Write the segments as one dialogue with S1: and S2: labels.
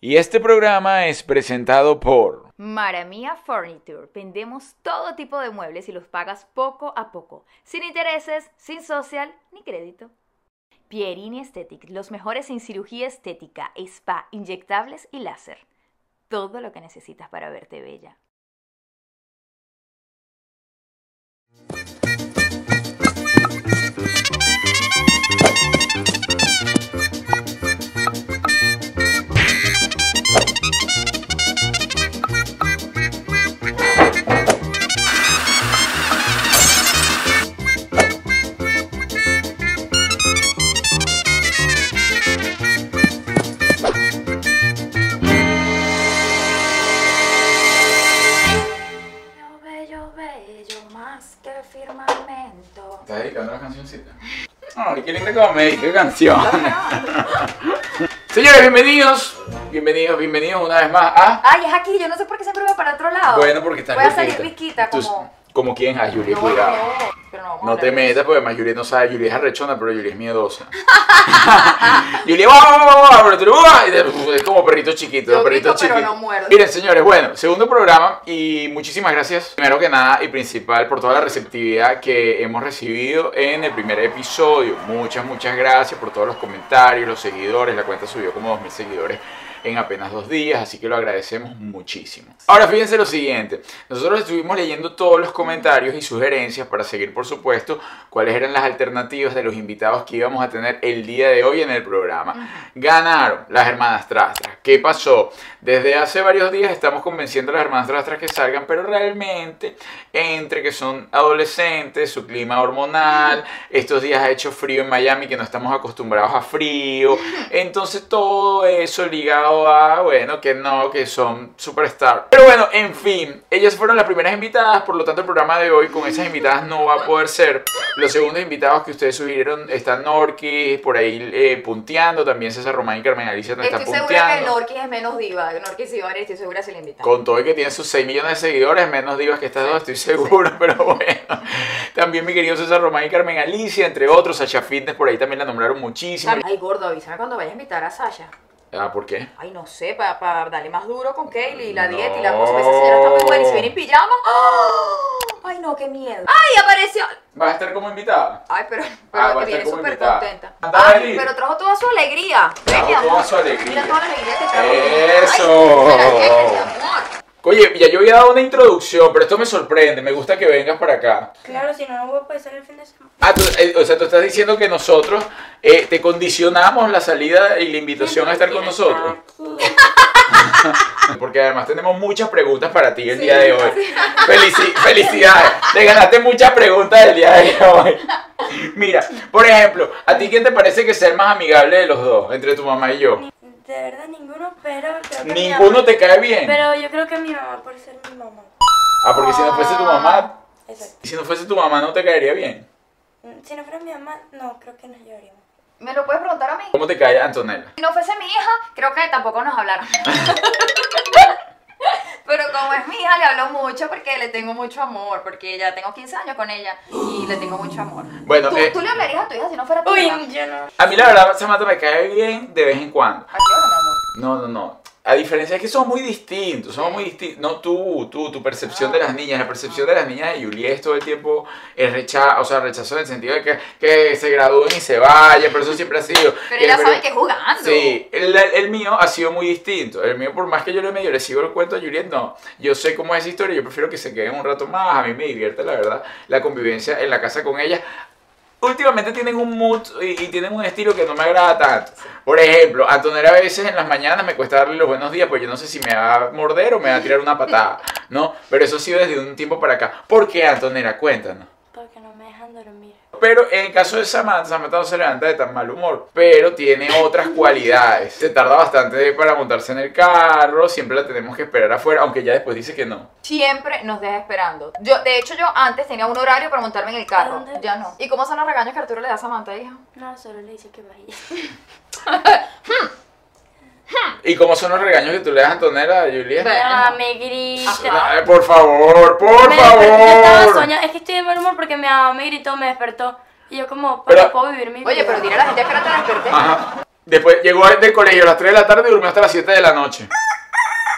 S1: Y este programa es presentado por
S2: Maramia Furniture. Vendemos todo tipo de muebles y los pagas poco a poco, sin intereses, sin social ni crédito. Pierini Aesthetic, los mejores en cirugía estética, spa, inyectables y láser. Todo lo que necesitas para verte bella.
S3: Bello, bello, bello, más que firmamento.
S1: ¿Estás dedicando una cancioncita? Ay, qué linda como me dediqué canción. Señores, bienvenidos. Bienvenidos, bienvenidos una vez más a.
S3: Ay, es aquí, yo no sé por qué siempre va para otro lado.
S1: Bueno, porque estás
S3: Voy a salir
S1: visquita.
S3: visquita,
S1: Tú-
S3: como-
S1: Como quién a Yuri,
S3: No,
S1: cuidado.
S3: no, pero no, vamos a
S1: No te
S3: hablar de eso.
S1: metas porque además Yuri no sabe, Yuri es arrechona, pero Yuri es miedosa. Yuri, vamos, vamos, vamos, vamos, pero tú, ¡ah! y de- es como perrito chiquito,
S3: Yo
S1: ¿no? perrito
S3: grito, pero
S1: chiquito.
S3: no muerdo.
S1: Miren, señores, bueno, segundo programa y muchísimas gracias, primero que nada y principal, por toda la receptividad que hemos recibido en el primer episodio. Muchas, muchas gracias por todos los comentarios, los seguidores, la cuenta subió como 2.000 seguidores en apenas dos días, así que lo agradecemos muchísimo. Ahora fíjense lo siguiente, nosotros estuvimos leyendo todos los comentarios y sugerencias para seguir, por supuesto, cuáles eran las alternativas de los invitados que íbamos a tener el día de hoy en el programa. Ganaron las hermanas Trastras. ¿Qué pasó? Desde hace varios días estamos convenciendo a las hermanas Trastras que salgan, pero realmente entre que son adolescentes, su clima hormonal, estos días ha hecho frío en Miami que no estamos acostumbrados a frío, entonces todo eso ligado a, bueno, que no, que son superstar. Pero bueno, en fin, ellas fueron las primeras invitadas, por lo tanto el programa de hoy con esas invitadas no va a poder ser. Los segundos invitados que ustedes sugirieron están Norquis, por ahí eh, punteando, también César Román y Carmen Alicia están
S3: Estoy
S1: punteando.
S3: segura que Norquis es menos diva. Norquis y Iván, estoy segura si la invitan.
S1: Con todo y que tiene sus 6 millones de seguidores, menos divas que estas dos, estoy seguro, pero bueno. También mi querido César Román y Carmen Alicia, entre otros, Sasha Fitness, por ahí también la nombraron muchísimo.
S3: Ay, gordo, avísame cuando vayas a invitar a Sasha.
S1: Ah, ¿por qué?
S3: Ay, no sé, para darle más duro con Kaylee y la
S1: No.
S3: dieta y la cosa. Esa señora está muy buena
S1: Oh.
S3: y se viene en pijama. ¡Ah! Ay, no, qué miedo. Ay, apareció.
S1: ¿Vas a estar como invitada?
S3: Ay, pero,
S1: Ah, va a estar
S3: pero que viene
S1: como
S3: súper
S1: invitada.
S3: contenta.
S1: Anda,
S3: Ay,
S1: Eli.
S3: pero trajo toda su alegría. Ven,
S1: Trajo
S3: mi amor.
S1: toda su alegría.
S3: Mira toda la alegría que trajo.
S1: ¡Eso!
S3: Ay, mira, ven, mi amor.
S1: Oye, ya yo había dado una introducción, pero esto me sorprende, me gusta que vengas para acá.
S4: Claro, si no, no voy a pasar el fin de semana.
S1: Ah, tú, eh, o sea, tú estás diciendo que nosotros eh, te condicionamos la salida y la invitación a estar con nosotros. Porque además tenemos muchas preguntas para ti el día de hoy. Felici- felicidades. Te ganaste muchas preguntas el día de hoy. Mira, por ejemplo, ¿a ti quién te parece que sea el más amigable de los dos, entre tu mamá y yo?
S4: De verdad, ninguno, pero creo que mi
S1: Ninguno
S4: mamá-
S1: te cae bien.
S4: Pero yo creo que mi mamá, por ser mi mamá.
S1: Ah, porque si no fuese tu mamá,
S4: Exacto.
S1: si no fuese tu mamá no te caería bien.
S4: Si no fuera mi mamá, no, creo que nos llevaríamos.
S3: ¿Me lo puedes preguntar a mí?
S1: ¿Cómo te cae Antonella?
S3: Si no fuese mi hija, creo que tampoco nos hablaron. Pero como es mi hija, le hablo mucho porque le tengo mucho amor, porque ya tengo 15 años con ella y le tengo mucho amor.
S1: Bueno,
S3: ¿Tú,
S1: eh,
S3: tú le hablarías a tu hija si no fuera tu
S4: Uy,
S3: hija? ¿A qué
S4: yo no.
S1: a mí la verdad Samantha me cae bien de vez en cuando.
S3: hora, mi amor?
S1: No, no, no. A diferencia es que somos muy distintos, somos muy distintos. No tú, tú, tu percepción de las niñas, la percepción de las niñas de Julie es todo el tiempo el rechazo, o sea, rechazo en el sentido de que, que se gradúen y se vayan, pero eso siempre ha sido. Eh,
S3: Pero
S1: Y
S3: ella
S1: el-
S3: sabe que es jugando.
S1: Sí, el, el mío ha sido muy distinto. El mío, por más que yo le medio le sigo el cuento a Juliet, no. Yo sé cómo es esa historia, yo prefiero que se queden un rato más. A mí me divierte, la verdad, la convivencia en la casa con ella. Últimamente tienen un mood y, y tienen un estilo que no me agrada tanto. Por ejemplo, Antonella a veces en las mañanas me cuesta darle los buenos días, pues yo no sé si me va a morder o me va a tirar una patada, ¿no? Pero eso ha sido desde un tiempo para acá. ¿Por qué, Antonella? Cuéntanos.
S4: Porque no me dejan dormir.
S1: Pero en el caso de Samantha, Samantha no se levanta de tan mal humor, pero tiene otras cualidades. Se tarda bastante para montarse en el carro, siempre la tenemos que esperar afuera, aunque ya después dice que no.
S3: Siempre nos deja esperando. Yo, de hecho, yo antes tenía un horario para montarme en el
S4: ¿A
S3: carro.
S4: dónde?
S3: Ya no. ¿Y cómo son los regaños que Arturo le da a Samantha, hija?
S4: No, solo le dice que vaya.
S1: ¿Y cómo son los regaños que tú le das a Antonella, Julia?
S3: Ve.
S4: Ah, me grita.
S1: Ay, por favor, por
S4: Me desperté, yo estaba
S1: favor.
S4: soñando. Es que estoy de mal humor porque mi mamá me gritó, me despertó. Y yo como,
S1: Pero-
S4: pero puedo vivir mi vida.
S1: Ah,
S3: Oye, pero dile a la gente, espérate, desperté.
S1: Ajá. Después llegó del colegio a las 3 de la tarde y durmió hasta las 7 de la noche.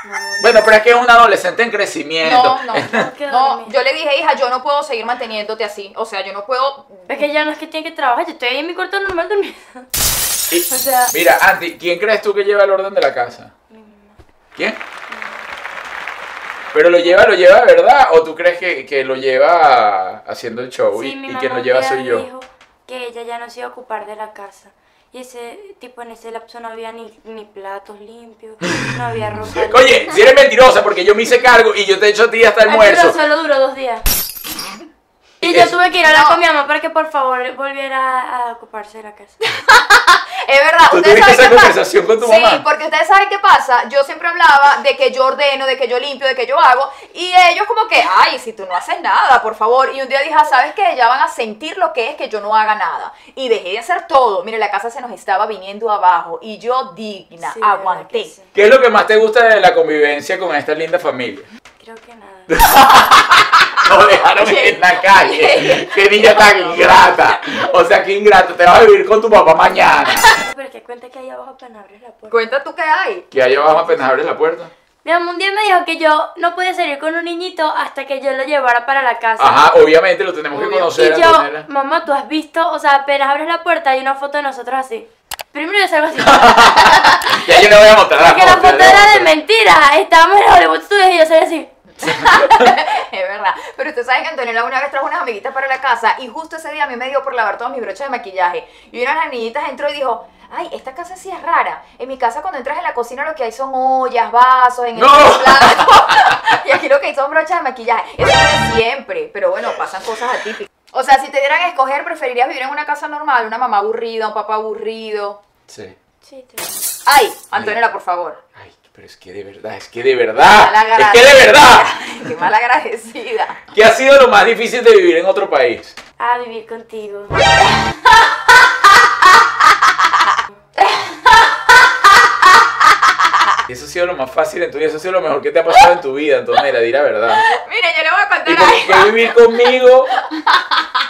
S4: No, no,
S1: Bueno, pero es que es un adolescente en crecimiento.
S3: No, no,
S4: Qué
S3: no.
S4: dormida.
S3: yo le dije, hija, yo no puedo seguir manteniéndote así. O sea, yo no puedo.
S4: Es que ya no es que tiene que trabajar, yo estoy ahí en mi cuarto normal durmiendo.
S1: Y-
S4: sea-
S1: Mira, Andy, ¿quién crees tú que lleva el orden de la casa? ¿Quién? Pero lo lleva, lo lleva de verdad, o tú crees que, que lo lleva haciendo el show y-
S4: sí, mi
S1: y,
S4: mamá
S1: quien lo
S4: un
S1: lleva
S4: día
S1: soy yo.
S4: dijo que ella ya no se iba a ocupar de la casa. Y ese tipo en ese lapso no había ni, ni platos limpios, no había ropa. limpia.
S1: Oye, si eres mentirosa porque yo me hice cargo y yo te echo a ti hasta el
S4: Ay, pero
S1: almuerzo.
S4: solo duró dos días.
S1: Y
S4: Y yo
S1: eso-
S4: tuve que ir a hablar
S3: No.
S4: con mi mamá para que por favor volviera a ocuparse de la casa.
S3: Es verdad,
S1: ¿Tú
S3: ustedes
S1: tuviste
S3: saben
S1: esa
S3: qué pasa.
S1: conversación con tu
S3: sí,
S1: mamá?
S3: porque ustedes saben qué pasa. Yo siempre hablaba de que yo ordeno, de que yo limpio, de que yo hago. Y ellos como que, ay, si tú no haces nada, por favor. Y un día dije, "Ah, ¿sabes qué? Ya van a sentir lo que es que yo no haga nada. Y dejé de hacer todo. Mire, la casa se nos estaba viniendo abajo. Y yo digna,
S4: Sí, de verdad
S3: aguanté.
S4: que sí.
S1: ¿Qué es lo que más te gusta de la convivencia con esta linda familia?
S4: Creo que nada.
S1: Lo dejaron
S3: Oye,
S1: en la calle. Qué niña tan ingrata. O sea, qué ingrata. Te vas a vivir con tu papá mañana.
S4: Pero que cuenta que ahí abajo apenas abres la puerta.
S3: Cuenta tú qué hay.
S1: Que allá abajo apenas abres la puerta.
S4: Mi mamá un día me dijo que yo no podía salir con un niñito hasta que yo lo llevara para la casa.
S1: Ajá, obviamente lo tenemos que
S3: Obvio.
S1: conocer.
S4: Y yo,
S1: Antonella.
S4: mamá, tú has visto, o sea, apenas abres la puerta hay una foto de nosotros así. Primero yo salgo así.
S1: Ya yo le voy a mostrar la
S4: Porque la
S1: foto,
S4: foto
S1: ya le voy a
S4: era de
S1: mostrar.
S4: mentira. Estábamos en Hollywood Studios y yo salí así.
S3: Es verdad. Pero ustedes saben que Antonella una vez trajo unas amiguitas para la casa y justo ese día a mí me dio por lavar todas mis brochas de maquillaje. Y una de las niñitas entró y dijo, ay, esta casa sí es rara. En mi casa cuando entras en la cocina lo que hay son ollas, vasos, en el
S1: ¡No!
S3: plato. y aquí lo que hay son brochas de maquillaje. Eso es siempre, pero bueno, pasan cosas atípicas. O sea, si te dieran a escoger, preferirías vivir en una casa normal, una mamá aburrida, un papá aburrido.
S1: Sí.
S4: Sí,
S3: Ay, Antonella, por favor.
S1: Ay, pero es que de verdad, es que de verdad.
S3: Málaga,
S1: Es que de verdad.
S3: Qué mal agradecida.
S1: ¿Qué ha sido lo más difícil de vivir en otro país?
S4: A vivir contigo.
S1: Eso ha sido lo más fácil en tu vida, eso ha sido lo mejor que te ha pasado en tu vida, Antonella, di la verdad.
S3: Mira, yo le voy a
S1: ¿Y
S3: contar
S1: por
S3: algo.
S1: qué vivir conmigo?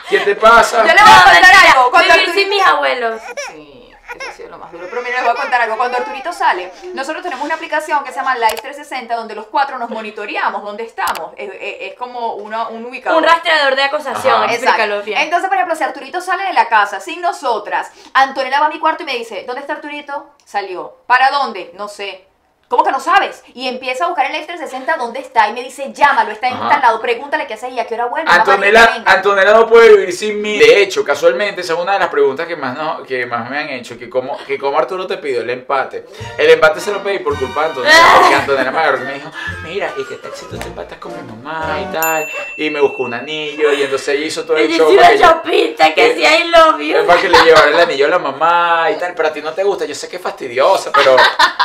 S1: ¿Qué te pasa?
S3: Yo le voy a contar algo. Cuando
S4: Vivir
S3: Arturito-
S4: sin mis abuelos.
S3: Sí, eso ha sido lo más duro. Pero mira, les voy a contar algo. Cuando Arturito sale, nosotros tenemos una aplicación que se llama Live 360, donde los cuatro nos monitoreamos, dónde estamos. Es, es- es como una- un ubicador.
S4: Un rastreador de acusación.
S1: Ajá.
S4: Explícalo bien.
S3: Entonces, por ejemplo, si Arturito sale de la casa sin nosotras, Antonella va a mi cuarto y me dice, ¿dónde está Arturito? Salió. ¿Para dónde? No sé. ¿Cómo que no sabes? Y empieza a buscar en Live 360 dónde está y me dice, llámalo, está
S1: Ajá.
S3: instalado, pregúntale qué hace y a qué hora vuelve. mamá, que
S1: Antonella,
S3: venga".
S1: Antonella no puede vivir sin mí. De hecho, casualmente, esa es una de las preguntas que más, no- que más me han hecho, que cómo, que cómo Arturo te pidió el empate. El empate se lo pedí por culpa de Antonella, porque Antonella me agarró y me dijo, mira, ¿y qué tal si tú te empatas con mi mamá y tal? Y me buscó un anillo y entonces ella hizo todo el
S4: Y yo
S1: show. Eh.
S4: soy
S1: para
S4: una
S1: que yo-
S4: chopita que sí hay love you.
S1: Es para que le llevara el anillo a la mamá y tal, pero a ti no te gusta, yo sé que es fastidiosa, pero,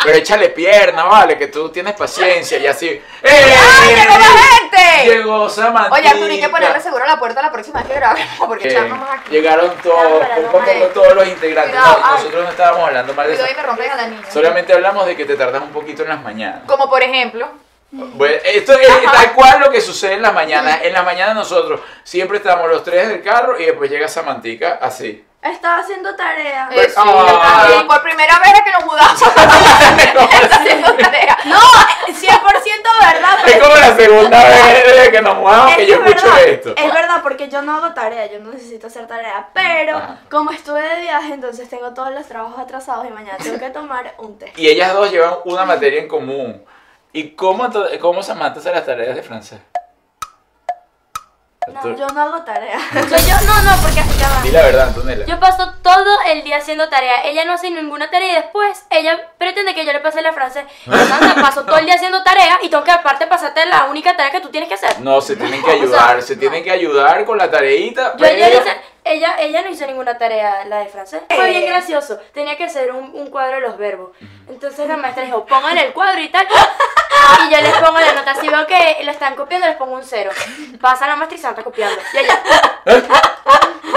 S1: pero échale pierna, vale, que tú tienes paciencia y así. ¡Eh!
S3: ¡Ay, llegó la gente!
S1: Llegó Samantha.
S3: Oye, Arturo, hay que ponerle seguro a la puerta la próxima vez que grabemos, porque echarnos más aquí.
S1: Llegaron todos,
S4: Cámara, no
S1: poco a poco
S3: mames.
S1: todos los integrantes.
S3: Cuidado,
S1: No,
S3: ay.
S1: nosotros no estábamos hablando mal de eso.
S3: Cuidado y me rompen a la niña.
S1: Solamente hablamos de que te tardas un poquito en las mañanas.
S3: Como por ejemplo,
S1: Bueno, esto es tal cual lo que sucede en las mañanas. En las mañanas nosotros siempre estamos los tres en el carro y después llega Samantica así.
S4: Estaba haciendo tarea.
S1: Pues,
S3: eh, sí,
S1: ah.
S3: también, por primera vez es que nos mudamos. Está haciendo tarea.
S4: No, 100% verdad,
S1: Es como la segunda vez desde que nos mudamos que yo
S4: es
S1: escucho
S4: verdad,
S1: esto.
S4: Es verdad, porque yo no hago tarea, yo no necesito hacer tarea. Pero
S1: Ajá.
S4: como estuve de viaje, entonces tengo todos los trabajos atrasados y mañana tengo que tomar un té.
S1: Y ellas dos llevan una materia en común. ¿Y cómo, to- cómo Samantha hace las tareas de francés?
S4: No, yo no hago tarea. yo no, no, porque así
S1: Di
S4: que
S1: la verdad, Antonella.
S4: Yo paso todo el día haciendo tarea. Ella no hace ninguna tarea y después ella pretende que yo le pase la frase. Entonces paso todo el día haciendo tarea y tengo que aparte pasarte la única tarea que tú tienes que hacer.
S1: No, se tienen que ayudar, se tienen que ayudar con la tareita.
S4: Yo ayer
S1: pero-
S4: hice- ella, ella no hizo ninguna tarea, la de francés. Fue
S1: Eh.
S4: bien gracioso. Tenía que hacer un, un cuadro de los verbos. Entonces la maestra dijo, pongan el cuadro y tal. Y yo les pongo la nota. Si veo que lo están copiando, les pongo un cero. Pasa la maestra y se está copiando. Y ella,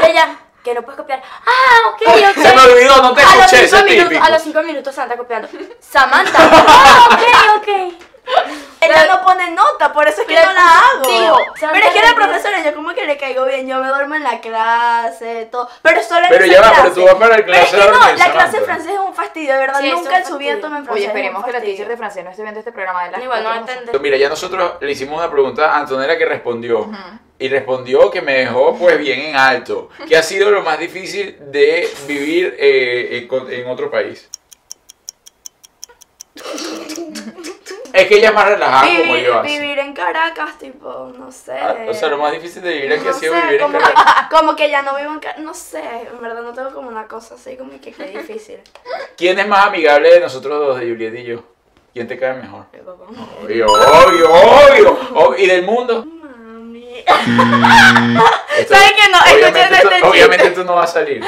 S4: y ella, que no puedes copiar. Ah, ok, ok.
S1: Se me olvidó, no te
S4: a los
S1: escuché, eso
S4: cinco
S1: es
S4: minutos,
S1: típico.
S4: A los cinco minutos Santa copiando. Samantha. Ah, ok, ok.
S5: Ella
S4: Pero-
S5: no pone nota, por eso es que
S4: pero-
S5: no la hago.
S4: Digo,
S5: pero es que la
S4: Sandra,
S5: profesora, yo como que le caigo bien, yo me duermo en la clase, todo. Pero solo en
S1: Pero
S5: esa
S1: ya va,
S5: clase.
S1: pero tú vas para el
S5: Pero es
S1: clase
S5: que
S1: ahora,
S5: no,
S1: Luisa,
S5: la clase
S1: ¿no?
S5: de francés es un fastidio, de verdad.
S4: Sí, es un
S5: Nunca en su vida
S4: fastidio.
S5: tomé francés.
S3: Oye,
S5: es un
S3: esperemos que la
S5: fastidio.
S3: teacher de francés no esté viendo este programa de las
S4: Igual no va a
S3: cuatro, sé.
S4: entender.
S1: Mira, ya nosotros le hicimos una pregunta a Antonella que respondió. Y respondió que me dejó pues bien en alto. ¿Qué ha sido lo más difícil de vivir eh, en, con- en otro país? Es que ella es más relajada como
S5: Vivir,
S1: yo. así.
S5: vivir en Caracas, tipo, no sé.
S1: Ah, O sea, lo más difícil de vivir aquí ha
S5: No
S1: sido
S5: sé,
S1: vivir en
S5: como,
S1: Caracas.
S5: como que ya no vivo en Caracas, no sé, en verdad no tengo como una cosa así, como que qué difícil.
S1: ¿Quién es más amigable de nosotros dos, de Juliet y yo? ¿Quién te cae mejor?
S5: Mi papá.
S1: Obvio, obvio, obvio. Ob- ¿Y del mundo?
S5: Mami.
S1: Esto-
S5: ¿Sabes que no?
S1: Obviamente,
S5: Escuchando
S1: tú,
S5: este chiste.
S1: obviamente tú no vas a salir.
S3: No,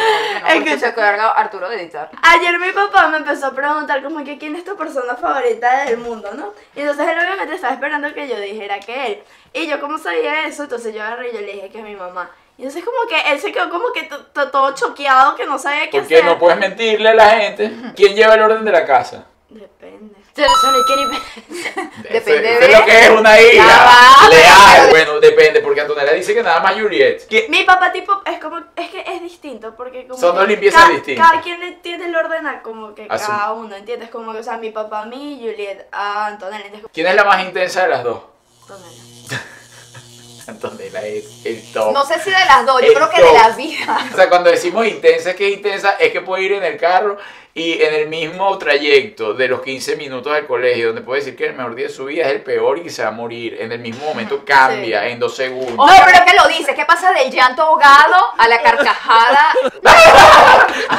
S3: porque se carga Arturo de editar.
S5: Ayer mi papá me empezó a preguntar como que quién es tu persona favorita del mundo, ¿no? Y entonces él obviamente estaba esperando que yo dijera que él. Y yo como sabía eso, entonces yo agarré y yo le dije que es mi mamá. Y entonces como que él se quedó como que to- to- todo choqueado, que no sabía qué
S1: Porque
S5: hacer.
S1: no puedes mentirle a la gente. ¿Quién lleva el orden de la casa?
S5: Depende.
S3: Depende
S1: Eso es
S3: de-
S1: lo que es una
S3: Ya
S1: hija.
S3: va.
S1: Leal. Bueno, depende, porque Antonella dice que nada más Juliet. ¿Qui-
S5: Mi papá tipo es como es que es distinto porque como
S1: Son
S5: que
S1: dos limpiezas
S5: ca-
S1: distintas.
S5: Cada quien le tiene el orden a como que
S1: A su-
S5: cada uno, ¿entiendes? Como que o sea, mi papá a mí, Juliet a Antonella, ¿entiendes?
S1: ¿Quién es la más intensa de las dos?
S5: Antonella.
S1: Antonella es el top.
S3: No sé si de las dos, yo creo que de la vida.
S1: O sea, cuando decimos intensa, que es intensa, es que puede ir en el carro y en el mismo trayecto de los 15 minutos del colegio, donde puede decir que el mejor día de su vida es el peor y se va a morir. En el mismo momento cambia en dos segundos.
S3: Oye, pero ¿qué lo dices? ¿Qué pasa del llanto ahogado a la carcajada?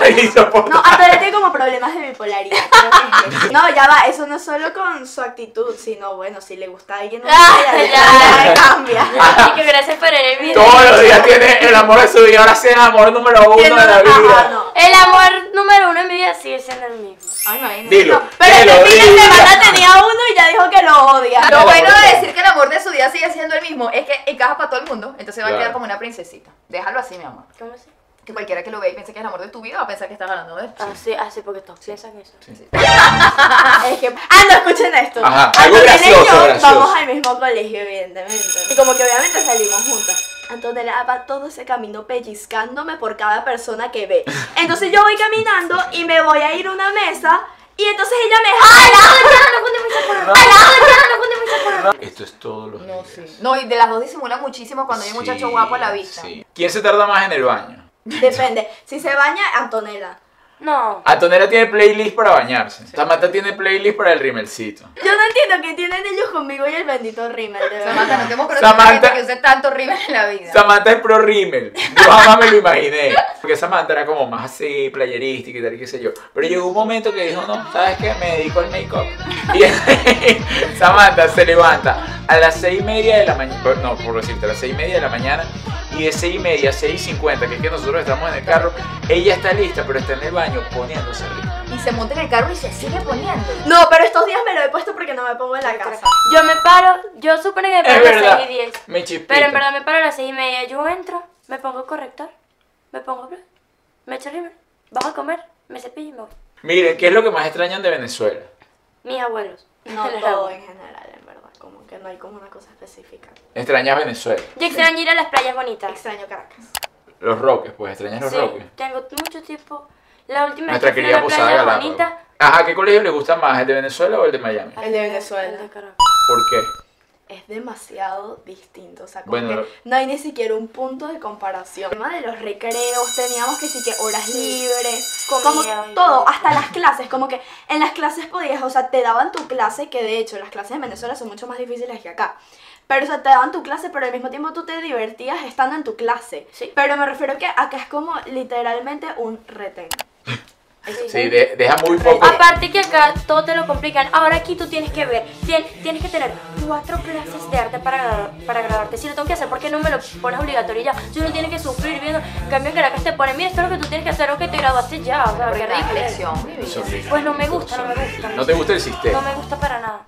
S1: Insoportable.
S5: No, Antonella tiene como problemas de bipolaridad. creo que es eso. No, ya va, eso no es solo con su actitud, sino bueno, si le gusta a alguien, no
S4: Ah, ya.
S5: cambia.
S1: Ah,
S4: Así que gracias por el video.
S1: Todos los días tiene el amor de su vida, ahora sea el amor número uno de
S5: Tiene
S1: la
S5: una- ajá,
S1: vida.
S5: no.
S4: El amor número uno en mi vida sigue siendo el mismo.
S3: Ay, imagínate.
S1: Dilo,
S5: Pero
S1: dilo,
S5: este fin de
S1: dilo.
S5: semana tenía uno y ya dijo que lo odia.
S3: Lo bueno de decir que el amor de su día sigue siendo el mismo es que encaja para todo el mundo, entonces va a
S1: Claro.
S3: quedar como una princesita. Déjalo así, mi amor.
S4: ¿Cómo así?
S3: Que cualquiera que lo vea y piense que es el amor de tu vida va a pensar que estás hablando de él.
S5: Ah,
S4: Así, así, porque todos piensan eso.
S5: Es que, ah, no, escuchen esto.
S1: Ajá, algo
S5: Antonella
S1: gracioso,
S5: y yo
S1: gracioso.
S5: vamos al mismo colegio, evidentemente. Y como que obviamente salimos juntas. Antonella va todo ese camino pellizcándome por cada persona que ve. Entonces yo voy caminando y me voy a ir a una mesa y entonces ella me jala.
S1: Esto es todo lo
S3: No, sí. No, y de las dos disimula muchísimo cuando hay un muchacho guapo a la vista.
S1: ¿Quién se tarda más en el baño?
S5: Depende, si se baña, Antonella.
S4: No.
S1: Antonella tiene playlist para bañarse. Samantha tiene playlist para el rimelcito.
S5: Yo no entiendo qué tienen ellos conmigo y el bendito Rimmel, de verdad.
S3: Samantha, no te hemos conocido
S1: Samantha.
S3: gente que use tanto rímel en la vida.
S1: Samantha es pro rímel. Yo jamás me lo imaginé. Porque Samantha era como más así, playerística y tal, y qué sé yo. Pero llegó un momento que dijo, no, ¿sabes qué? Me dedico al make-up. Y Samantha se levanta a las seis y media de la mañana, no, por decirte, a las seis y media de la mañana. Y de seis y media a seis y cincuenta, que es que nosotros estamos en el carro, ella está lista, pero está en el baño poniéndose rímel.
S3: Y se monta en el carro y se sigue poniendo.
S5: No, pero estos días me lo he puesto porque no me pongo en la casa.
S4: Yo me paro, yo supone que me
S1: Es
S4: paro a las
S1: verdad,
S4: 6 y 10.
S1: mi chispita.
S4: Pero en verdad me paro a las 6 y media. Yo entro, me pongo corrector, me pongo blush, me echo rímel, bajo a comer, me cepillo y me voy.
S1: Miren, ¿qué es lo que más extrañan de Venezuela?
S4: Mis abuelos.
S5: No
S4: Les
S5: todo
S4: hago.
S5: en general, en verdad. Como que no hay como una cosa específica.
S1: Extrañas Venezuela.
S4: Yo extraño ir a las playas bonitas.
S5: Extraño Caracas.
S1: Los roques, pues extrañas los
S4: Sí,
S1: roques.
S4: tengo mucho tiempo. La última
S1: Nuestra
S4: fui a
S1: querida
S4: una
S1: Posada
S4: playa
S1: Galápagos.
S4: bonita.
S1: Ajá, ¿qué colegio les gusta más? ¿El de Venezuela o el de Miami?
S5: El de Venezuela.
S4: El de Caracas.
S1: ¿Por qué?
S5: es demasiado distinto. O sea, como
S1: Bueno,
S5: que no hay ni siquiera un punto de comparación. El tema de los recreos, teníamos que sí que horas libres,
S4: Comida
S5: como
S4: y
S5: que
S4: todo.
S5: todo, hasta las clases, como que en las clases podías, o sea, te daban tu clase, que de hecho las clases en Venezuela son mucho más difíciles que acá. Pero, o sea, te daban tu clase, pero al mismo tiempo tú te divertías estando en tu clase.
S4: Sí.
S5: Pero me refiero que acá es como literalmente un retén.
S1: Sí, de- deja muy poco.
S4: Aparte que acá todo te lo complican. Ahora aquí tú tienes que ver, tien- tienes que tener cuatro clases de arte para, gra- para graduarte. Si lo tengo que hacer, ¿por qué no me lo pones obligatorio y ya? Si uno tiene que sufrir viendo. En cambio, en Caracas te ponen, mira, esto es lo que tú tienes que hacer o que te graduaste ya. O sea,
S3: Porque
S4: qué
S3: da
S4: horrible.
S3: flexión, mi vida.
S4: Pues no me gusta, no me gusta.
S1: ¿No te gusta el
S4: No
S1: sistema?
S4: me gusta para nada.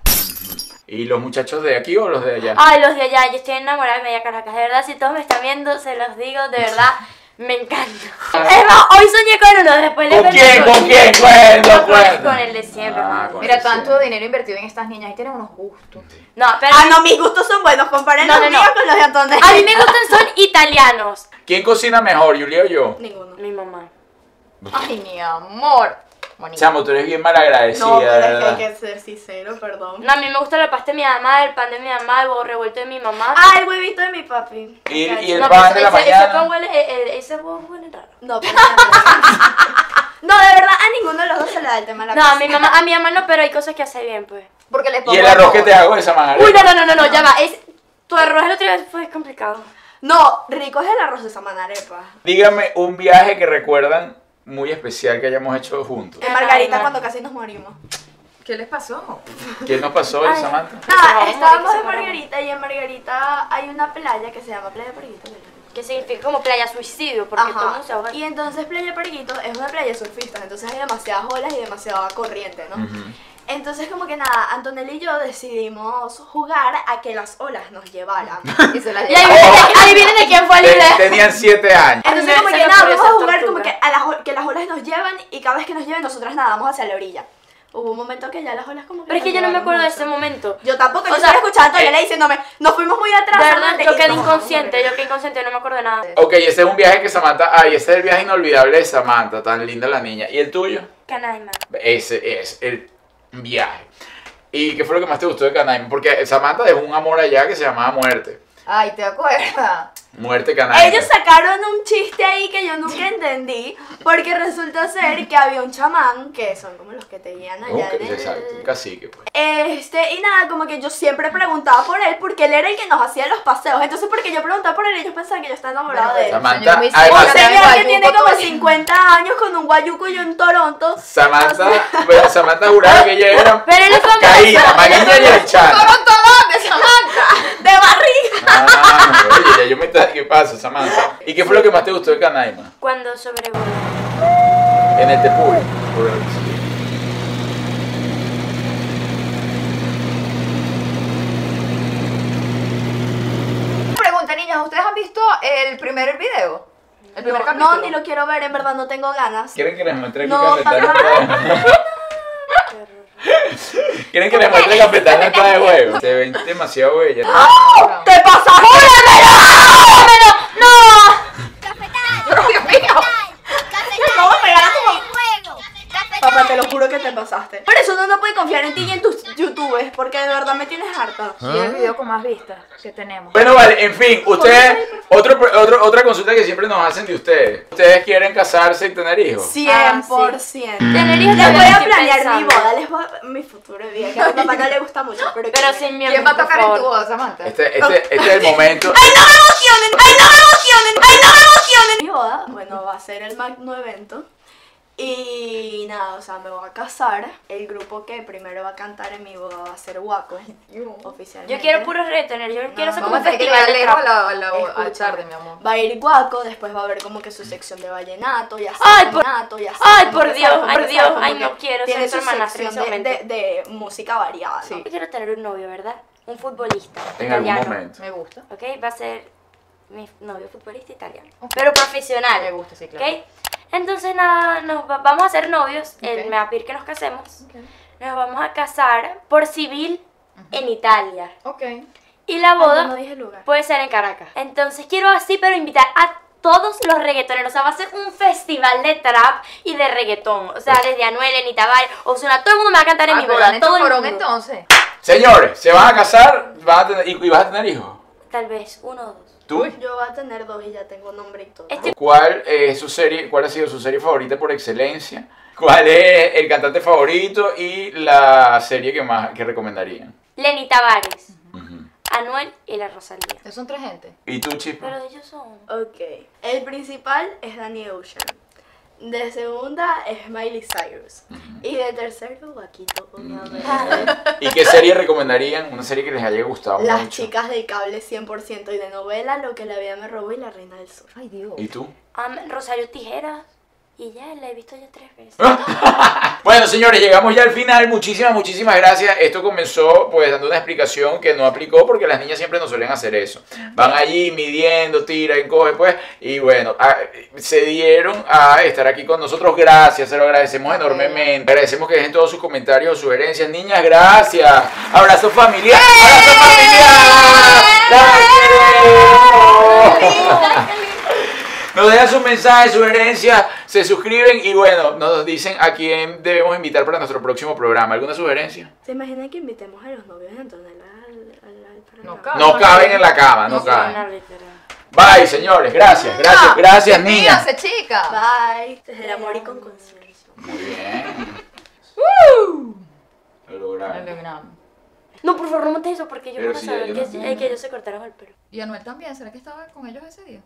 S1: ¿Y los muchachos de aquí o los de allá?
S4: Ah. Ay, los de allá, yo estoy enamorada de Media Caracas. De verdad, si todos me están viendo, se los digo, de verdad. Me encanta. Es más, hoy soñé con uno, después le
S1: ¿Con
S4: cuento
S1: quién?
S4: todo.
S1: ¿Con quién? Cuento,
S4: No, con,
S1: cuento.
S4: con el de siempre.
S1: Ah,
S4: mamá.
S1: con-
S3: Mira,
S1: Sí, sí.
S3: tanto dinero invertido en estas niñas y tienen unos gustos.
S4: No, pero
S5: Ah, no, mis gustos son buenos. Comparen
S4: No,
S5: los
S4: no, no.
S5: míos con los de Antonella.
S4: a mí me gustan son italianos.
S1: ¿Quién cocina mejor, Julia o yo?
S5: Ninguno.
S4: Mi mamá.
S3: Ay, mi amor. Bonita.
S1: Chamo, tú eres bien malagradecida,
S5: No,
S1: de
S5: pero es que
S1: verdad.
S5: hay que ser sincero, perdón.
S4: No, a mí me gusta la pasta de mi mamá, el pan de mi mamá, el huevo revuelto de mi mamá.
S5: Ah, el huevito de mi papi.
S1: Y-
S5: Me
S1: y el
S4: No,
S1: pan
S4: pero
S1: de la
S4: ese- ese
S1: mañana.
S4: pan huele- eh, eh, ese huevo huele raro.
S5: No, pero- No, de verdad, a ninguno de los dos se le da el tema de la
S4: No, a mi
S5: cocina.
S4: mamá, a mi mamá no, pero hay cosas que hace bien, pues.
S3: Porque les pongo
S1: Y el arroz
S3: algo.
S1: que te hago esa manera.
S4: Uy, no, no, no, no, no, ya va. Es, tu arroz el otro día fue complicado.
S5: No, rico es el arroz de Samanarepa.
S1: Dígame un viaje que recuerdan muy especial que hayamos hecho juntos.
S5: De Margarita
S4: Ay,
S5: cuando casi nos morimos.
S3: ¿Qué les pasó?
S1: ¿Qué nos pasó,
S4: Ay.
S1: Samantha?
S4: Que se va a
S5: Nada,
S4: morir,
S5: estábamos
S4: que se
S5: en
S4: va a
S5: Margarita y en Margarita hay una playa que se llama Playa Perguito. ¿verdad?
S4: Que significa como playa suicidio, porque todo el mundo se ahoga.
S5: Y entonces Playa Perguito es una playa de surfistas, entonces hay demasiadas olas y demasiada corriente, ¿no?
S1: Ujú.
S5: Entonces como que nada, Antonella y yo decidimos jugar a que las olas nos llevaran.
S3: Y se las
S4: Y ahí
S3: llevaron.
S4: viene, de- ahí viene de quién fue la
S1: Te-
S4: idea.
S1: Tenían siete años.
S5: Entonces
S4: Me-
S5: como
S4: se
S5: que
S4: me
S5: nada,
S4: ocurrió
S5: vamos a
S4: esa
S5: jugar como
S4: tortuga.
S5: que, a las, ol- que las olas nos llevan y cada vez que nos lleven nosotras nadamos hacia la orilla. Hubo un momento que ya las olas como que...
S4: Pero es
S5: nos
S4: que yo no me
S5: llevaron
S4: acuerdo de
S5: mucho.
S4: ese momento.
S5: Yo tampoco,
S4: O
S5: yo
S4: sea,
S5: estaba escuchando a Antonella diciéndome, nos fuimos muy
S4: De
S5: atrás.
S4: verdad,
S5: Samantha", y
S4: yo quedé
S5: no.
S4: inconsciente, yo quedé inconsciente, no me acuerdo de nada.
S1: Ok, ese es un viaje que Samantha. Ay, ese es el viaje inolvidable de Samantha. Tan linda la niña. ¿Y el tuyo?
S4: Canaima.
S1: Ese es el viaje. ¿Y qué fue lo que más te gustó de Canaima? Porque Samantha dejó un amor allá que se llamaba Muerte.
S3: Ay, ¿te acuerdas?
S1: Muerte Canaima.
S5: Ellos sacaron un chiste ahí que yo nunca entendí, porque resulta ser que había un chamán, que son como los que te guían allá
S1: Ok,
S5: en el-
S1: Exacto, un cacique, pues.
S5: Este, y nada, como que yo siempre preguntaba por él, porque él era el que nos hacía los paseos, entonces porque yo preguntaba por él, ellos pensaban que yo estaba enamorada de él.
S1: Samantha, además-
S3: pues,
S5: Un
S1: Samantha-
S5: señor que tiene como 50 años con un guayuco y yo en Toronto.
S1: Samantha, bueno, Samantha juraba que ella era
S4: Pero él es famoso.
S1: Caída, María y el Chano.
S3: ¡Toronto dónde, Samantha!
S5: De barriga.
S1: Ah, oye, ya yo me está, ¿qué pasa, Samantha? ¿Y qué fue lo que más te gustó de Canaima?
S4: Cuando sobregoró.
S1: En el Tepuy.
S3: Pregunta, niñas, ¿ustedes han visto el primer video? El primer capítulo.
S5: No, ni lo quiero ver, en verdad no tengo ganas.
S1: ¿Quieren que les muestre aquí
S5: No,
S1: Capitán
S5: jamás.
S1: Espada? ¿Quieren que les muestre Capitán Espada de huevo? Se ven demasiado bellas.
S5: ¡Te pasas!
S3: ¡Pero, Dios mío!
S5: Vamos a pegar a tu mamá.
S6: juego.
S5: Papá, te lo juro que te pasaste. Por eso uno no puede confiar en ti y en tus youtubers, porque de verdad me tienes harta.
S2: Y el video con más vistas que tenemos.
S1: Bueno, vale, en fin, ustedes, otro, otro- otra consulta que siempre nos hacen de ustedes. ¿Ustedes quieren casarse y tener hijos?
S5: 100%.
S4: Tener hijos
S5: Les Ah, voy
S4: también
S5: a
S4: estoy
S5: planear mi
S4: pensando.
S5: boda, les voy a... mi futuro de vida, que a mi papá no le gusta mucho, pero...
S4: Pero sin mi
S3: ¿Quién va a tocar en tu boda, Samantha?
S1: Este, este, este es el momento.
S5: ¡Ay, no me emocionen! ¡Ay, no me emocionen! ¡Ay, no me emocionen! Mi boda, bueno, va a ser el magno evento. Y nada, o sea, me voy a casar. El grupo que primero va a cantar en mi boda va a ser Waco, oficialmente.
S4: Yo quiero puros retener, yo quiero ser como
S3: Vamos
S4: un
S3: a tener que
S4: festival de
S3: llevarle a
S4: trap.
S3: la, a la, a
S5: Escúchame.
S3: tarde, mi amor.
S5: Va a ir Guaco, después va a haber como que su sección de vallenato y así.
S4: Ay, por-
S5: vallenato, y así,
S4: ay,
S5: como
S4: por
S5: que,
S4: Dios,
S5: ¿sabes? Como
S4: por
S5: que,
S4: Dios,
S5: ¿sabes? Como
S4: ay,
S5: que
S4: no quiero
S5: tiene
S4: ser tu
S5: su
S4: hermanastra en
S5: sección
S4: ese
S5: de, de- de música variada.
S3: Sí.
S5: Sí.
S4: Yo quiero tener un novio, ¿verdad? Un futbolista
S1: En algún
S4: italiano.
S1: momento.
S3: Me gusta.
S4: ¿Ok? Va a ser mi novio futbolista italiano. Pero profesional.
S3: Me gusta, sí, claro.
S4: ¿Ok? Entonces nada, nos va- vamos a ser novios.
S3: Ok.
S4: Él me va a pedir que nos casemos. Nos vamos a casar por civil en Italia.
S3: Ok.
S4: Y la
S5: Yo
S3: Ah,
S4: boda
S5: no dije el lugar.
S4: puede ser en Caracas. Entonces quiero así, pero invitar a todos los reggaetoneros. O sea, va a ser un festival de trap y de reggaetón. O sea, desde Anuel, Anita Valle, Ozuna, todo el mundo me va a cantar
S3: Ah,
S4: en mi
S3: pero
S4: boda.
S3: han hecho
S4: Todo el
S3: corón,
S4: mundo.
S3: entonces.
S1: Señores, ¿se van a casar van a tener- y, y vas a tener hijos?
S4: Tal vez uno o dos.
S1: ¿Tú?
S5: Yo voy a tener dos y ya tengo nombre y todo.
S4: Este
S1: ¿Cuál es su serie, cuál ha sido su serie favorita por excelencia? ¿Cuál es el cantante favorito y la serie que más que recomendarían?
S4: Lenny Tavares,
S1: Ujú.
S4: Anuel y la Rosalía.
S3: Son tres gente.
S1: ¿Y tú, Chispa?
S4: Pero ellos son.
S5: Ok. El principal es Danny Ocean. De segunda es Miley Cyrus. Y de tercero, Guaquito, obviamente.
S1: ¿Y qué serie recomendarían? Una serie que les haya gustado
S5: Las
S1: mucho.
S5: chicas del cable 100% y de novela, Lo que la vida me robó y La Reina del Sur.
S3: Ay, Dios.
S1: ¿Y tú?
S4: Am- Rosario Tijeras Y ya la he visto ya tres veces.
S1: ¡Ah! Bueno, señores, llegamos ya al final. Muchísimas, muchísimas gracias. Esto comenzó pues dando una explicación que no aplicó porque las niñas siempre no suelen hacer eso. Van allí midiendo, tira, encoge, pues. Y bueno, a- se dieron a estar aquí con nosotros. Gracias, se lo agradecemos enormemente. Agradecemos que dejen todos sus comentarios o sugerencias. Niñas, gracias. Abrazo familiar. Abrazo familiar. Las queremos. Nos dejan sus mensajes, sugerencias, se suscriben y bueno, nos dicen a quién debemos invitar para nuestro próximo programa. ¿Alguna sugerencia?
S5: ¿Se imagina que invitemos a los novios de Antonella al, al, al programa?
S3: No cabe.
S1: No caben en la cama, no caben.
S4: Una literal.
S1: Bye, señores. Gracias, gracias, gracias, niñas.
S3: Despídanse, chicas.
S5: Bye. Desde el amor y con conciencia.
S1: Muy bien. Lo
S3: Lo
S1: lograron.
S3: logramos.
S4: No, por favor, no montes eso porque yo
S1: Pero
S4: quiero
S1: sí,
S4: saber
S1: yo
S4: que,
S1: no-
S4: eh, que ellos se cortaron el pelo.
S6: Y Anuel también, ¿será que estaba con ellos ese día?